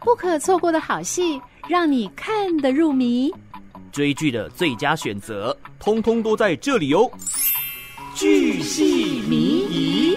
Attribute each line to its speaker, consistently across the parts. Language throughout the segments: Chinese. Speaker 1: 不可错过的好戏，让你看得入迷。
Speaker 2: 追剧的最佳选择，通通都在这里哦。
Speaker 3: 巨细迷疑。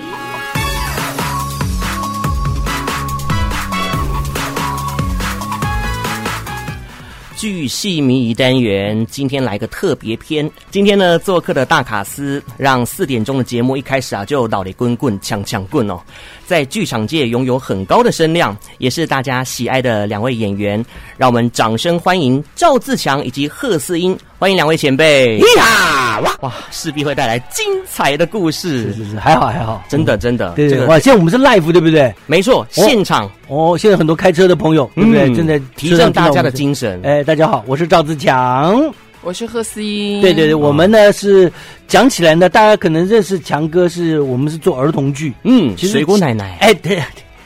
Speaker 4: 巨细迷疑单元，今天来个特别篇。今天呢，做客的大卡司让四点钟的节目一开始啊，就脑袋棍棍、抢抢棍哦，在剧场界拥有很高的声量，也是大家喜爱的两位演员。让我们掌声欢迎赵自强以及贺四英，欢迎两位前辈。
Speaker 3: 呀哇！
Speaker 4: 哇，势必会带来精彩的故事
Speaker 3: 是，是是，还好还好。
Speaker 4: 真的真的，
Speaker 3: 对
Speaker 4: 这
Speaker 3: 对，
Speaker 4: 个
Speaker 3: 哇！现在我们是 live 对不对？
Speaker 4: 没错，现场
Speaker 3: 哦，现在很多开车的朋友，对不对？
Speaker 4: 嗯
Speaker 3: 正在
Speaker 4: 提
Speaker 3: 车
Speaker 4: 振
Speaker 3: 上
Speaker 4: 大
Speaker 3: 听
Speaker 4: 家
Speaker 3: 到
Speaker 4: 的
Speaker 3: 我们
Speaker 4: 精神。
Speaker 3: 哎，大家好，我是赵自强。
Speaker 4: 嗯
Speaker 5: 我是贺思英。
Speaker 3: 对对对，我们呢是讲起来呢，大家可能认识强哥是我们是做儿童剧。
Speaker 4: 嗯，
Speaker 3: 其实
Speaker 4: 水果奶奶，
Speaker 3: 哎，对，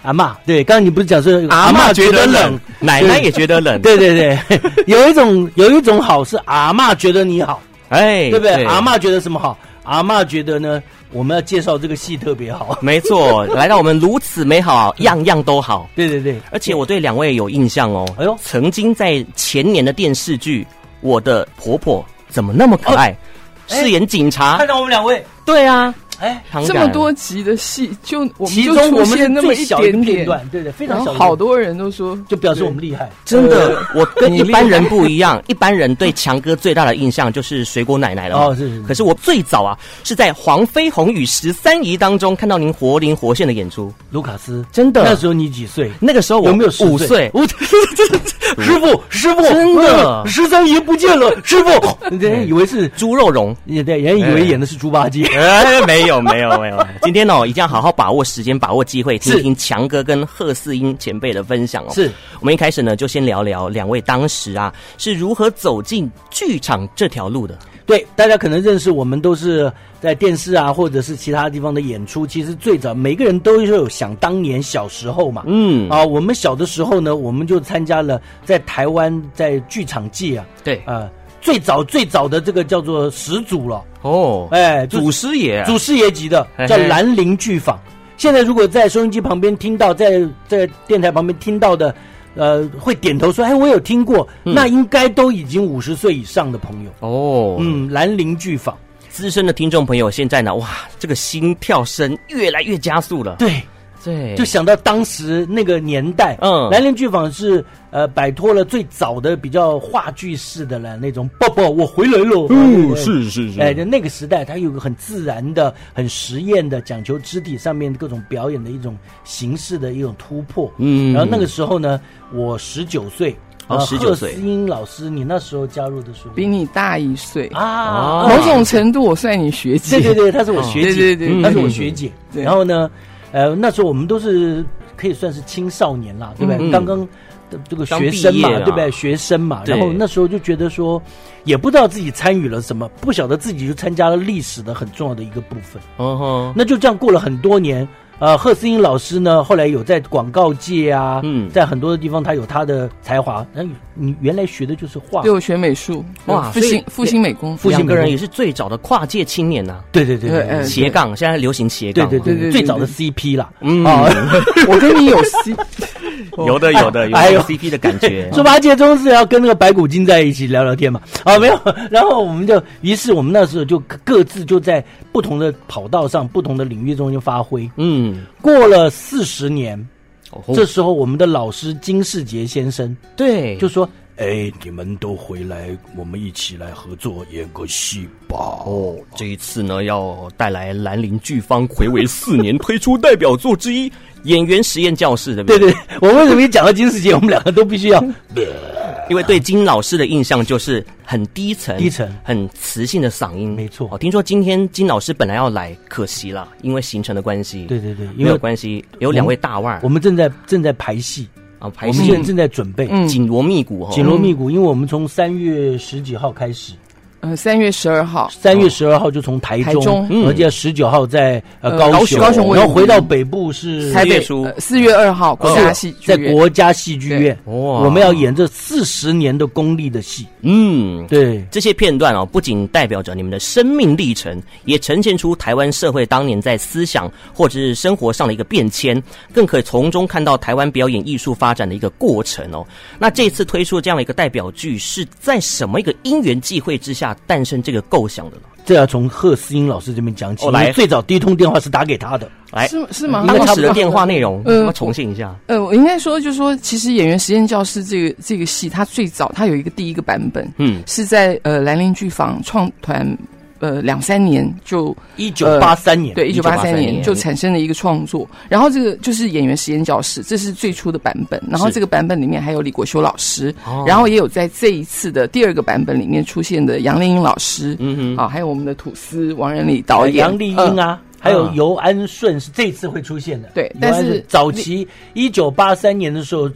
Speaker 3: 阿嬷，对，刚刚你不是讲说
Speaker 4: 嬷
Speaker 3: 嬷得，，
Speaker 4: 奶奶也觉得冷，
Speaker 3: 对对对， 有一种有一种好是阿嬷觉得你好，
Speaker 4: 哎，
Speaker 3: 对不对？阿嬷觉得什么好？阿嬷觉得呢，我们要介绍这个戏特别好。
Speaker 4: 没错， 来到我们如此美好，样样都好。
Speaker 3: 对对对，
Speaker 4: 而且我对两位有印象哦，
Speaker 3: 哎呦
Speaker 4: 曾经在前年的电视剧《我的婆婆怎么那么可爱》
Speaker 3: 哎
Speaker 4: 饰演警察
Speaker 3: 看，到我们两位，
Speaker 4: 对啊，
Speaker 3: 哎，
Speaker 4: 唐
Speaker 5: 这么多集的戏，就我们
Speaker 3: 其
Speaker 5: 就
Speaker 3: 中我
Speaker 5: 出
Speaker 3: 们是
Speaker 5: 现那么
Speaker 3: 最
Speaker 5: 一
Speaker 3: 小的一个
Speaker 5: 点
Speaker 3: 片
Speaker 5: 点，
Speaker 3: 段，对对，非
Speaker 5: 然
Speaker 3: 常
Speaker 5: 后
Speaker 3: 小，
Speaker 5: 好多人都说
Speaker 3: 就表示我们厉害。
Speaker 4: 真的，我跟一般人不一样， 一般人对强哥最大的印象就是水果奶奶了嘛。
Speaker 3: 哦，是是，
Speaker 4: 可是我最早啊，是在《黄飞鸿与十三姨》当中看到您活灵活现的演出，
Speaker 3: 卢卡斯，
Speaker 4: 真的。
Speaker 3: 那时候你几岁？
Speaker 4: 那个时候嗯我
Speaker 3: 有没有
Speaker 4: 五
Speaker 3: 10
Speaker 4: 岁？
Speaker 3: 我 师傅，师傅，
Speaker 4: 真的
Speaker 3: 呃十三姨不见了，师傅， 人家以为是，
Speaker 4: 猪肉蓉。
Speaker 3: 也对，人家以为演的是猪八戒。
Speaker 4: 哎，没有没有没有，今天哦，一定要好好把握时间，把握机会，听
Speaker 3: 是
Speaker 4: 听强哥跟贺四英前辈的分享哦。
Speaker 3: 是，
Speaker 4: 我们一开始呢，就先聊聊两位当时啊是如何走进剧场这条路的。
Speaker 3: 对，大家可能认识我们都是在电视啊，或者是其他地方的演出。其实最早每个人都有想当年小时候嘛，
Speaker 4: 嗯，
Speaker 3: 啊，我们小的时候呢，我们就参加了在台湾在剧场界啊，
Speaker 4: 哦对，
Speaker 3: 呃，最早最早的这个叫做始祖了，
Speaker 4: 哦，
Speaker 3: 哎，就
Speaker 4: 祖师爷啊，
Speaker 3: 祖师爷级的
Speaker 4: 嘿嘿
Speaker 3: 叫兰陵剧坊。现在如果在收音机旁边听到，在在电台旁边听到的，呃，会点头说：“哎，我有听过。
Speaker 4: 嗯
Speaker 3: 那应该都已经五十岁以上的朋友。
Speaker 4: 哦，嗯，
Speaker 3: 嗯，兰陵剧坊，
Speaker 4: 资深的听众朋友，现在呢，哇，这个心跳声越来越加速了。
Speaker 3: 对，
Speaker 4: 对
Speaker 3: 就想到当时那个年代，
Speaker 4: 嗯
Speaker 3: 兰陵剧坊是呃摆脱了最早的比较话剧式的了那种“抱抱，我回来喽”，嗯，
Speaker 2: 是是是
Speaker 3: 哎，就那个时代，它有个很自然的、很实验的、讲求肢体上面各种表演的一种形式的一种突破。
Speaker 4: 嗯
Speaker 3: 然后那个时候呢，我十九岁，
Speaker 4: 哦19
Speaker 3: 呃
Speaker 4: 岁
Speaker 3: 贺思英老师，你那时候加入的时候
Speaker 5: 比你大一岁，
Speaker 3: 啊，
Speaker 4: 哦
Speaker 5: 某种程度我算你学姐。
Speaker 3: 对对对，她是我
Speaker 4: 嗯
Speaker 3: 学姐，
Speaker 5: 对对对
Speaker 3: 她是我学姐。
Speaker 5: 对
Speaker 3: 嗯然后呢，呃，那时候我们都是可以算是青少年啦，对不对？
Speaker 4: 嗯
Speaker 3: 刚刚的这个
Speaker 4: 刚
Speaker 3: 学生嘛
Speaker 4: 毕业，啊
Speaker 3: 对不对？学生嘛，
Speaker 4: 对
Speaker 3: 然后那时候就觉得说，也不知道自己参与了什么，不晓得自己就参加了历史的很重要的一个部分。
Speaker 4: 嗯哼，
Speaker 3: 那就这样过了很多年。呃，贺思英老师呢，后来有在广告界啊，
Speaker 4: 嗯
Speaker 3: 在很多的地方他有他的才华。那你你原来学的就是画，
Speaker 5: 对我学美术，呃
Speaker 4: 哇
Speaker 5: 复
Speaker 4: 所
Speaker 5: 兴
Speaker 4: 以
Speaker 5: 复兴美工，
Speaker 3: 复兴
Speaker 4: 两个
Speaker 3: 美
Speaker 4: 人
Speaker 3: 工
Speaker 4: 也是最早的跨界青年呐、
Speaker 3: 对对对对
Speaker 5: 对哎
Speaker 4: 斜杠，现在流行斜杠
Speaker 3: 对
Speaker 4: 嘛，
Speaker 3: 对对
Speaker 5: 对
Speaker 3: 对，
Speaker 5: 对对
Speaker 3: 最早的
Speaker 5: 对
Speaker 3: CP 啦。
Speaker 4: 嗯，
Speaker 3: 啊，
Speaker 5: 我跟你有 C，
Speaker 4: 有的有的有
Speaker 3: 哎呦
Speaker 4: 的 CP 的感觉，
Speaker 3: 猪八戒终是要跟那个白骨精在一起聊聊天嘛？啊，没有，然后我们就，于是我们那时候就各自就在不同的跑道上、不同的领域中间发挥。
Speaker 4: 嗯，
Speaker 3: 过了四十年，
Speaker 4: 哦
Speaker 3: 这时候我们的老师金世杰先生
Speaker 4: 对，
Speaker 3: 就是说：“哎，你们都回来，我们一起来合作演个戏吧。”哦，
Speaker 4: 这一次呢，要带来兰陵剧方魁违四年推出代表作之一《演员实验教室》，对不
Speaker 3: 对
Speaker 4: 对？
Speaker 3: 对，我为什么一讲到金世杰，我们两个都必须要
Speaker 4: 因 为对金老师的印象就是很低沉、
Speaker 3: 低沉
Speaker 4: 很磁性的嗓音，
Speaker 3: 没错
Speaker 4: 哦，听说今天金老师本来要来，可惜了，因为行程的关系，
Speaker 3: 对对对，因
Speaker 4: 没有
Speaker 3: 为
Speaker 4: 关系，有两位大腕儿
Speaker 3: 我们正在正在排戏，
Speaker 4: 啊，排
Speaker 3: 我们
Speaker 4: 戏
Speaker 3: 现在正在准备。
Speaker 5: 嗯，
Speaker 4: 紧锣密鼓哈，哦
Speaker 3: 紧锣密鼓，因为我们从三月十几号开始，
Speaker 5: 呃，三月十二号，
Speaker 3: 三月十二号就从台
Speaker 5: 哦台
Speaker 3: 中
Speaker 5: 中，
Speaker 4: 嗯
Speaker 3: 而且十九号在呃
Speaker 5: 呃
Speaker 3: 高
Speaker 5: 高雄高雄
Speaker 3: 然
Speaker 5: 卫
Speaker 3: 后
Speaker 5: 武
Speaker 3: 回到北部是
Speaker 5: 台
Speaker 4: 四
Speaker 5: 北
Speaker 4: 月初
Speaker 5: 呃四月二号国家戏剧
Speaker 3: 哦在
Speaker 5: 院
Speaker 3: 国家戏剧院，
Speaker 4: 哇
Speaker 3: 我们要演这四十年的功力的戏，
Speaker 4: 嗯，
Speaker 3: 对。
Speaker 4: 这些片段哦，不仅代表着你们的生命历程，也呈现出台湾社会当年在思想或者是生活上的一个变迁，更可以从中看到台湾表演艺术发展的一个过程哦。那这次推出这样的一个代表剧，是在什么一个因缘际会之下诞生这个构想的呢？
Speaker 3: 这要从贺思英老师这边讲起，
Speaker 4: 哦
Speaker 3: 因为
Speaker 4: 来
Speaker 3: 最早第一通电话是打给他
Speaker 5: 呃
Speaker 3: 的，
Speaker 4: 来，
Speaker 5: 是是吗？
Speaker 4: 当时的电话内容，
Speaker 5: 呃
Speaker 4: 我们重现一下。
Speaker 5: 呃，我应该说，就是说，其实演员实验教室这个这个戏，它最早它有一个第一个版本，
Speaker 4: 嗯，
Speaker 5: 是在呃兰陵剧坊创团呃两三年就
Speaker 3: 一九八三年，
Speaker 5: 对一九八
Speaker 4: 1983
Speaker 5: 三
Speaker 4: 年
Speaker 5: 年就产生了一个创作，然后这个就是演员实验教室，这是最初的版本，然后
Speaker 4: 是
Speaker 5: 这个版本里面还有李国修老师，
Speaker 4: 哦
Speaker 5: 然后也有在这一次的第二个版本里面出现的杨丽英老师，
Speaker 4: 嗯
Speaker 5: 啊，还有我们的吐司王仁礼导演
Speaker 3: 杨丽英
Speaker 5: 呃
Speaker 3: 啊，还有
Speaker 4: 嗯
Speaker 3: 尤安顺是这次会出现的。
Speaker 5: 对
Speaker 3: 尤
Speaker 5: 但
Speaker 3: 安
Speaker 5: 是
Speaker 3: 顺早期一九八三年的时候，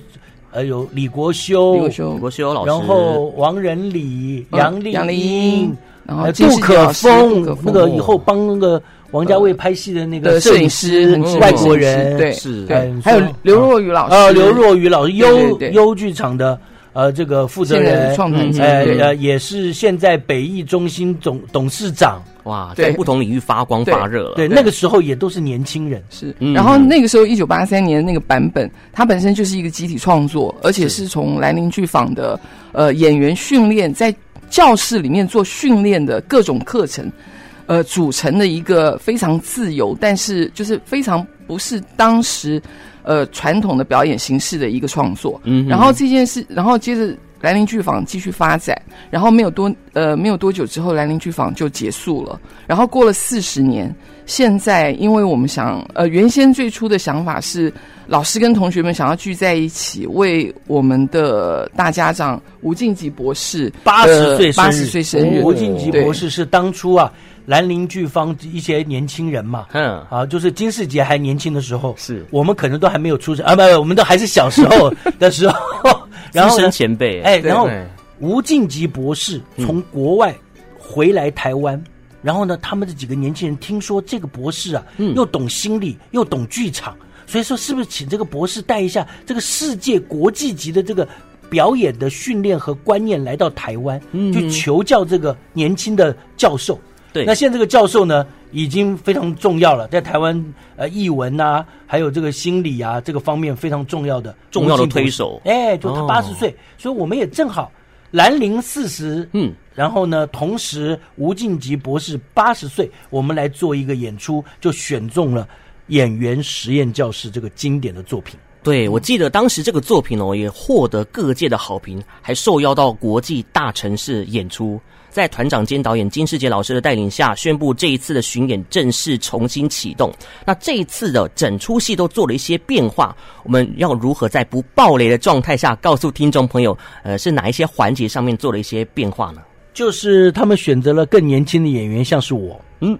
Speaker 3: 呃，有李国修，
Speaker 5: 呃李国
Speaker 4: 哼，
Speaker 5: 修，
Speaker 4: 国修老师，
Speaker 3: 然后王仁礼、
Speaker 5: 嗯
Speaker 3: 杨丽
Speaker 5: 杨丽
Speaker 3: 英
Speaker 5: 英、然后
Speaker 3: 呃
Speaker 5: 金
Speaker 3: 杜
Speaker 5: 世杰
Speaker 3: 可
Speaker 5: 老师杜可
Speaker 3: 风，那
Speaker 5: 风
Speaker 3: 个以后帮那个王家卫拍戏的那个
Speaker 5: 的摄影
Speaker 3: 师
Speaker 5: 师很知名
Speaker 3: 外
Speaker 5: 的
Speaker 3: 国
Speaker 5: 摄影师
Speaker 3: 人，
Speaker 5: 对
Speaker 4: 是
Speaker 3: 哎你
Speaker 5: 对，还有
Speaker 3: 说
Speaker 5: 刘若雨老师，
Speaker 3: 呃，刘若雨老师
Speaker 5: 对对
Speaker 3: 优
Speaker 5: 对
Speaker 3: 优剧场的呃这个负责
Speaker 5: 现在
Speaker 3: 人
Speaker 5: 的。创
Speaker 4: 嗯
Speaker 5: 团经理
Speaker 3: 呃
Speaker 5: 对
Speaker 3: 呃，也是现在北艺中心总董事长，
Speaker 4: 哇，
Speaker 5: 对
Speaker 4: 在不同领域发光
Speaker 5: 对
Speaker 4: 发热了。
Speaker 3: 对，那个时候也都是年轻人，
Speaker 5: 是
Speaker 4: 嗯，
Speaker 5: 然后那个时候一九八三年那个版本，它本身就是一个集体创作，而且是从兰陵剧坊的呃演员训练，在教室里面做训练的各种课程，呃组成的一个非常自由，但是就是非常不是当时呃传统的表演形式的一个创作。
Speaker 4: 嗯哼
Speaker 5: 然后这件事，然后接着兰陵剧坊继续发展，然后没有多呃没有多久之后，兰陵剧坊就结束了。然后过了四十年，现在因为我们想呃原先最初的想法是老师跟同学们想要聚在一起，为我们的大家长吴敬吉博士
Speaker 3: 八十岁哦
Speaker 5: 八十岁生日
Speaker 3: 吴敬吉博
Speaker 5: 对
Speaker 3: 士是当初啊兰陵剧坊一些年轻人嘛，
Speaker 4: 嗯，
Speaker 3: 啊，就是金世杰还年轻的时候，
Speaker 4: 是
Speaker 3: 我们可能都还没有出生啊，不，不我们都还是小时候的时 候，然
Speaker 4: 资
Speaker 3: 后呢
Speaker 4: 深，前辈，啊
Speaker 3: 哎，
Speaker 5: 对
Speaker 3: 然后
Speaker 4: 对嗯
Speaker 3: 吴敬吉博士从国外回来台湾。然后呢，他们这几个年轻人听说这个博士啊，
Speaker 4: 嗯
Speaker 3: 又懂心理，又懂剧场，所以说是不是请这个博士带一下这个世界国际级的这个表演的训练和观念来到台湾，去求教这个年轻的教授。
Speaker 4: 嗯对
Speaker 3: 那现在这个教授呢，已经非常重要了，在台湾呃译文呐、还有这个心理啊这个方面非常重要的
Speaker 4: 重要的
Speaker 3: 吴敬博士
Speaker 4: 推手
Speaker 3: 哎，就他
Speaker 4: 哦
Speaker 3: 八十岁，所以我们也正好兰陵四十，
Speaker 4: 嗯，
Speaker 3: 然后呢，同时吴敬吉博士八十岁，我们来做一个演出，就选中了。演员实验教室这个经典的作品，
Speaker 4: 对，我记得当时这个作品哦，也获得各界的好评，还受邀到国际大城市演出。在团长兼导演金世杰老师的带领下，宣布这一次的巡演正式重新启动。那这一次的整出戏都做了一些变化，我们要如何在不暴雷的状态下告诉听众朋友，呃，是哪一些环节上面做了一些变化 呢？
Speaker 3: 就是他们选择了更年轻的演员，像是我，
Speaker 4: 嗯，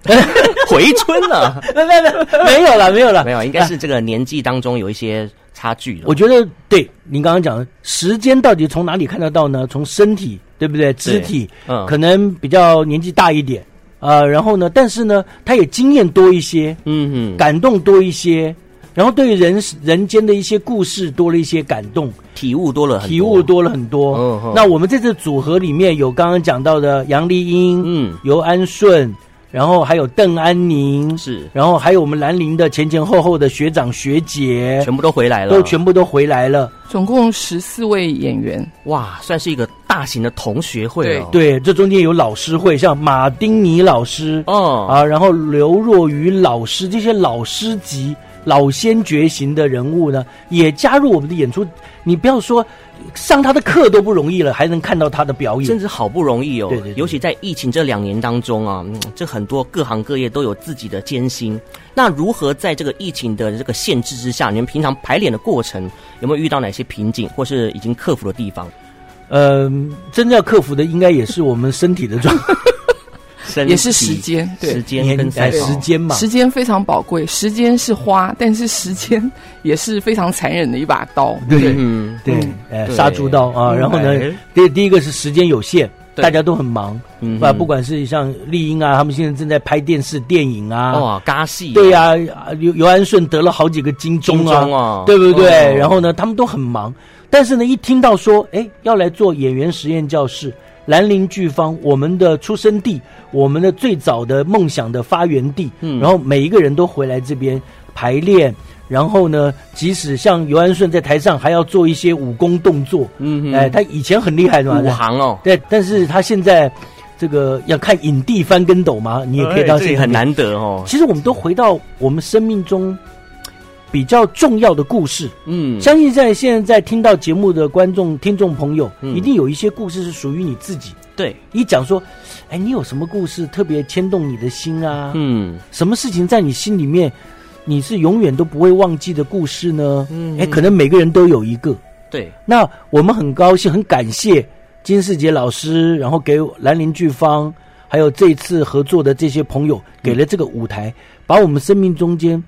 Speaker 4: 回春了，
Speaker 3: 没没没没有了，没有了，啊
Speaker 4: 没有，应该是这个年纪当中有一些差距了
Speaker 3: 我。觉得对您刚刚讲的，时间到底从哪里看得到呢？从身体，对不对？肢体，
Speaker 4: 嗯
Speaker 3: 可能比较年纪大一点，啊，然后呢，但是呢，他也经验多一些，
Speaker 4: 嗯嗯，
Speaker 3: 感动多一些，然后对人人间的一些故事多了一些感动，
Speaker 4: 体悟多了很多，
Speaker 3: 体悟多了很多。
Speaker 4: 嗯嗯
Speaker 3: 那我们这次组合里面有刚刚讲到的杨丽英、
Speaker 4: 嗯
Speaker 3: 尤安顺，然后还有邓安宁，
Speaker 4: 是
Speaker 3: 然后还有我们兰陵的前前后后的学长学姐，
Speaker 4: 全部都回来了，哦
Speaker 3: 都全部都回来了。
Speaker 5: 总共十四位演员，
Speaker 4: 哇，算是一个大型的同学会哦。，
Speaker 3: 对，这中间有老师会，像马丁尼老师、
Speaker 4: 哦，
Speaker 3: 啊，然后刘若愚老师这些老师级、老先觉型的人物呢，也加入我们的演出。你不要说上他的课都不容易了，还能看到他的表
Speaker 4: 甚
Speaker 3: 演。
Speaker 4: 至好不容易哦，
Speaker 3: 对对对
Speaker 4: 尤其在疫情这两年当中啊，嗯这很多各行各业都有自己的艰辛。那如何在这个疫情的这个限制之下，你们平常排练的过程有没有遇到哪些瓶颈，或是已经克服的地方？
Speaker 3: 嗯、真正要克服的，应该也是我们身体的状
Speaker 4: 身
Speaker 5: 也是时
Speaker 4: 体、
Speaker 5: 间，对
Speaker 4: 时，间
Speaker 3: 年
Speaker 4: 跟
Speaker 3: 哎
Speaker 4: 赛
Speaker 3: 时间嘛。
Speaker 5: 时间非常宝贵，时间是花，但是时间也是非常残忍的一把刀。
Speaker 3: 对
Speaker 4: 嗯，
Speaker 3: 对
Speaker 5: 嗯，
Speaker 3: 呃，
Speaker 4: 对
Speaker 3: 杀猪刀啊，
Speaker 4: 嗯
Speaker 3: 然后呢
Speaker 4: 哎，
Speaker 3: 第第一个是时间有限，
Speaker 4: 对
Speaker 3: 大家都很忙，
Speaker 4: 嗯
Speaker 3: 啊，
Speaker 4: 哼
Speaker 3: 不管是像丽英啊，他们现在正在拍电视、电影啊，
Speaker 4: 哇，嘎戏
Speaker 3: 对呀、啊，刘刘安顺得了好几个金钟啊，
Speaker 4: 金钟啊
Speaker 3: 对不对？
Speaker 4: 哦
Speaker 3: 然后呢，他们都很忙，但是呢，一听到说，哎，要来做演员实验教室，兰陵剧坊，我们的出生地，我们的最早的梦想的发源地，
Speaker 4: 嗯
Speaker 3: 然后每一个人都回来这边排练。然后呢，即使像刘安顺在台上还要做一些武功动作，
Speaker 4: 嗯哼
Speaker 3: 哎，他以前很厉害的嘛，
Speaker 4: 武行哦，
Speaker 3: 对，但是他现在这个要看影帝翻跟斗嘛，你也可以到
Speaker 4: 哎这
Speaker 3: 现
Speaker 4: 里
Speaker 3: 场
Speaker 4: 很难得哦。
Speaker 3: 其实我们都回到我们生命中比较重要的故事。
Speaker 4: 嗯，
Speaker 3: 相信在现在听到节目的观众、听众朋友，
Speaker 4: 嗯
Speaker 3: 一定有一些故事是属于你自己。
Speaker 4: 对，
Speaker 3: 一讲说，哎，你有什么故事特别牵动你的心啊？
Speaker 4: 嗯
Speaker 3: 什么事情在你心里面你是永远都不会忘记的故事呢？
Speaker 4: 嗯
Speaker 3: 哎，可能每个人都有一个。
Speaker 4: 对，
Speaker 3: 那我们很高兴，很感谢金世杰老师，然后给兰陵剧方，还有这次合作的这些朋友，给了这个舞台，把我们生命中间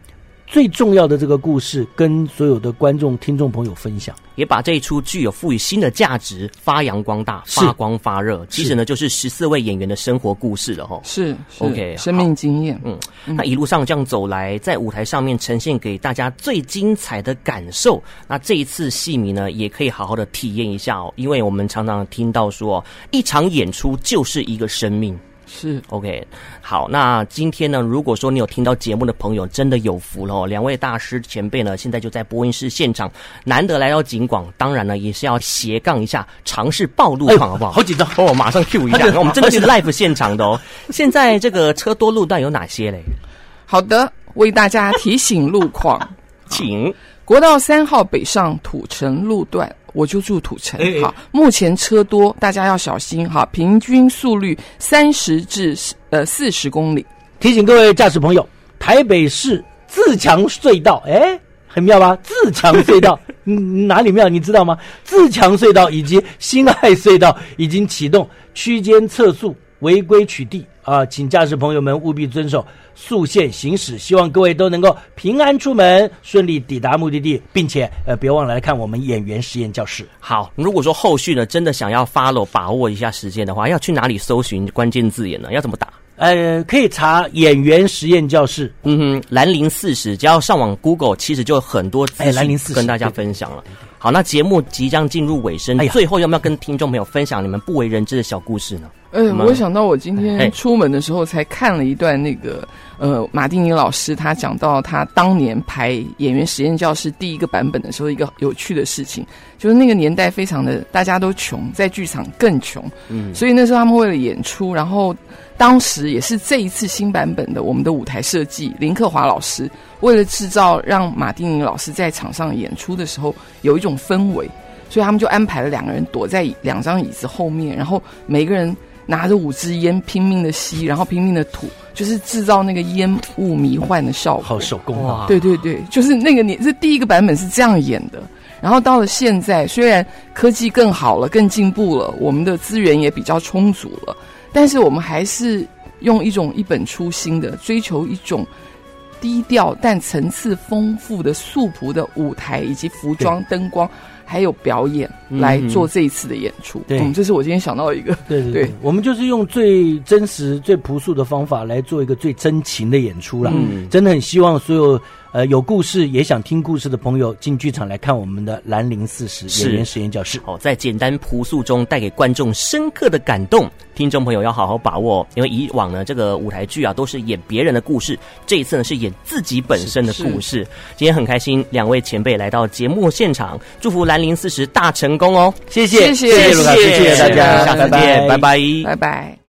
Speaker 3: 最重要的这个故事，跟所有的观众、听众朋友分享。
Speaker 4: 也把这一出剧有赋予新的价值，发扬光大，
Speaker 3: 是
Speaker 4: 发光发热。其实呢，就是十四位演员的生活故事了哈、哦。
Speaker 5: 是是
Speaker 4: OK，
Speaker 5: 生命经验，
Speaker 4: 嗯，那一路上这样走来，在舞台上面呈现给大家最精彩的感受。那这一次戏迷呢，也可以好好的体验一下哦，因为我们常常听到说哦，一场演出就是一个生命。
Speaker 5: 是
Speaker 4: OK，好，那今天呢，如果说你有听到节目的朋友，真的有福了哦。两位大师前辈呢，现在就在播音室现场，难得来到景广，当然呢，也是要斜杠一下，尝试暴露
Speaker 3: 哎
Speaker 4: 狂，好不好？
Speaker 3: 好紧张
Speaker 4: 哦，马上 Q 一下，我们真的是 live 现场的哦。现在这个车多路段有哪些嘞？
Speaker 5: 好的，为大家提醒路 况。
Speaker 4: 请，
Speaker 5: 国道三号北上土城路段，我就住土城。
Speaker 4: 哎哎
Speaker 5: 好，目前车多，大家要小心哈。平均速率三十至呃四十公里。
Speaker 3: 提醒各位驾驶朋友，台北市自强隧道，哎，很妙吧？自强隧道，嗯，哪里妙？你知道吗？自强隧道以及新爱隧道 已经启动区间测速违规取缔啊，请驾驶朋友们务必遵守速限行驶。希望各位都能够平安出门，顺利抵达目的地，并且呃，别忘了来看我们演员实验教室。
Speaker 4: 好，如果说后续呢，真的想要 follow 把握一下时间的话，要去哪里搜寻关键字眼呢？要怎么打？
Speaker 3: 呃，可以查演员实验教室，
Speaker 4: 嗯哼，兰陵四十，只要上网 Google，其实就有很多资
Speaker 3: 哎
Speaker 4: 讯
Speaker 3: 兰陵40
Speaker 4: 跟大家分享了。好，那节目即将进入尾声，
Speaker 3: 哎呀
Speaker 4: 最后要不要跟听众朋友分享你们不为人知的小故事呢？
Speaker 5: 哎、
Speaker 4: 吗
Speaker 5: 我想到我今
Speaker 4: 哎
Speaker 5: 天出门的时候才看了一段那个呃马丁尼老师他讲到他当年排《演员实验教室》第一个版本的时候一个有趣的事情，就是那个年代非常的大家都穷，在剧场更穷，
Speaker 4: 嗯，
Speaker 5: 所以那时候他们为了演出，然后当时也是这一次新版本的我们的舞台设计，林克华老师为了制造让马丁尼老师在场上演出的时候有一种氛围，所以他们就安排了两个人躲在两张椅子后面，然后每个人拿着五支烟拼命的吸，然后拼命的吐，就是制造那个烟雾迷幻的效果。
Speaker 3: 好手工啊，
Speaker 5: 对对对，就是那个年，这第一个版本是这样演的。然后到了现在，虽然科技更好了，更进步了，我们的资源也比较充足了，但是我们还是用一种一本初心的追求一种低调但层次丰富的素朴的舞台以及服装、灯光，还有表演来做这一次的演出。
Speaker 3: 嗯对
Speaker 5: 嗯，这是我今天想到一 个。
Speaker 3: 对对对
Speaker 5: 对，
Speaker 3: 我们就是用最真实、最朴素的方法来做一个最真情的演出啦。
Speaker 4: 嗯
Speaker 3: 真的很希望所有呃有故事也想听故事的朋友进剧场来看我们的《兰陵四十
Speaker 4: 是
Speaker 3: 演员实验教室》。
Speaker 4: 哦，在简单朴素中带给观众深刻的感动，听众朋友要好好把握哦，因为以往呢这个舞台剧啊都是演别人的故事，这一次呢是演自己本身的故事。今天很开心，两位前辈来到节目现场，祝福兰陵四十大成功哦！
Speaker 3: 谢
Speaker 5: 谢
Speaker 3: 谢
Speaker 5: 谢
Speaker 3: 卢卡斯谢谢大家，
Speaker 4: 下次见，拜拜
Speaker 5: 拜拜。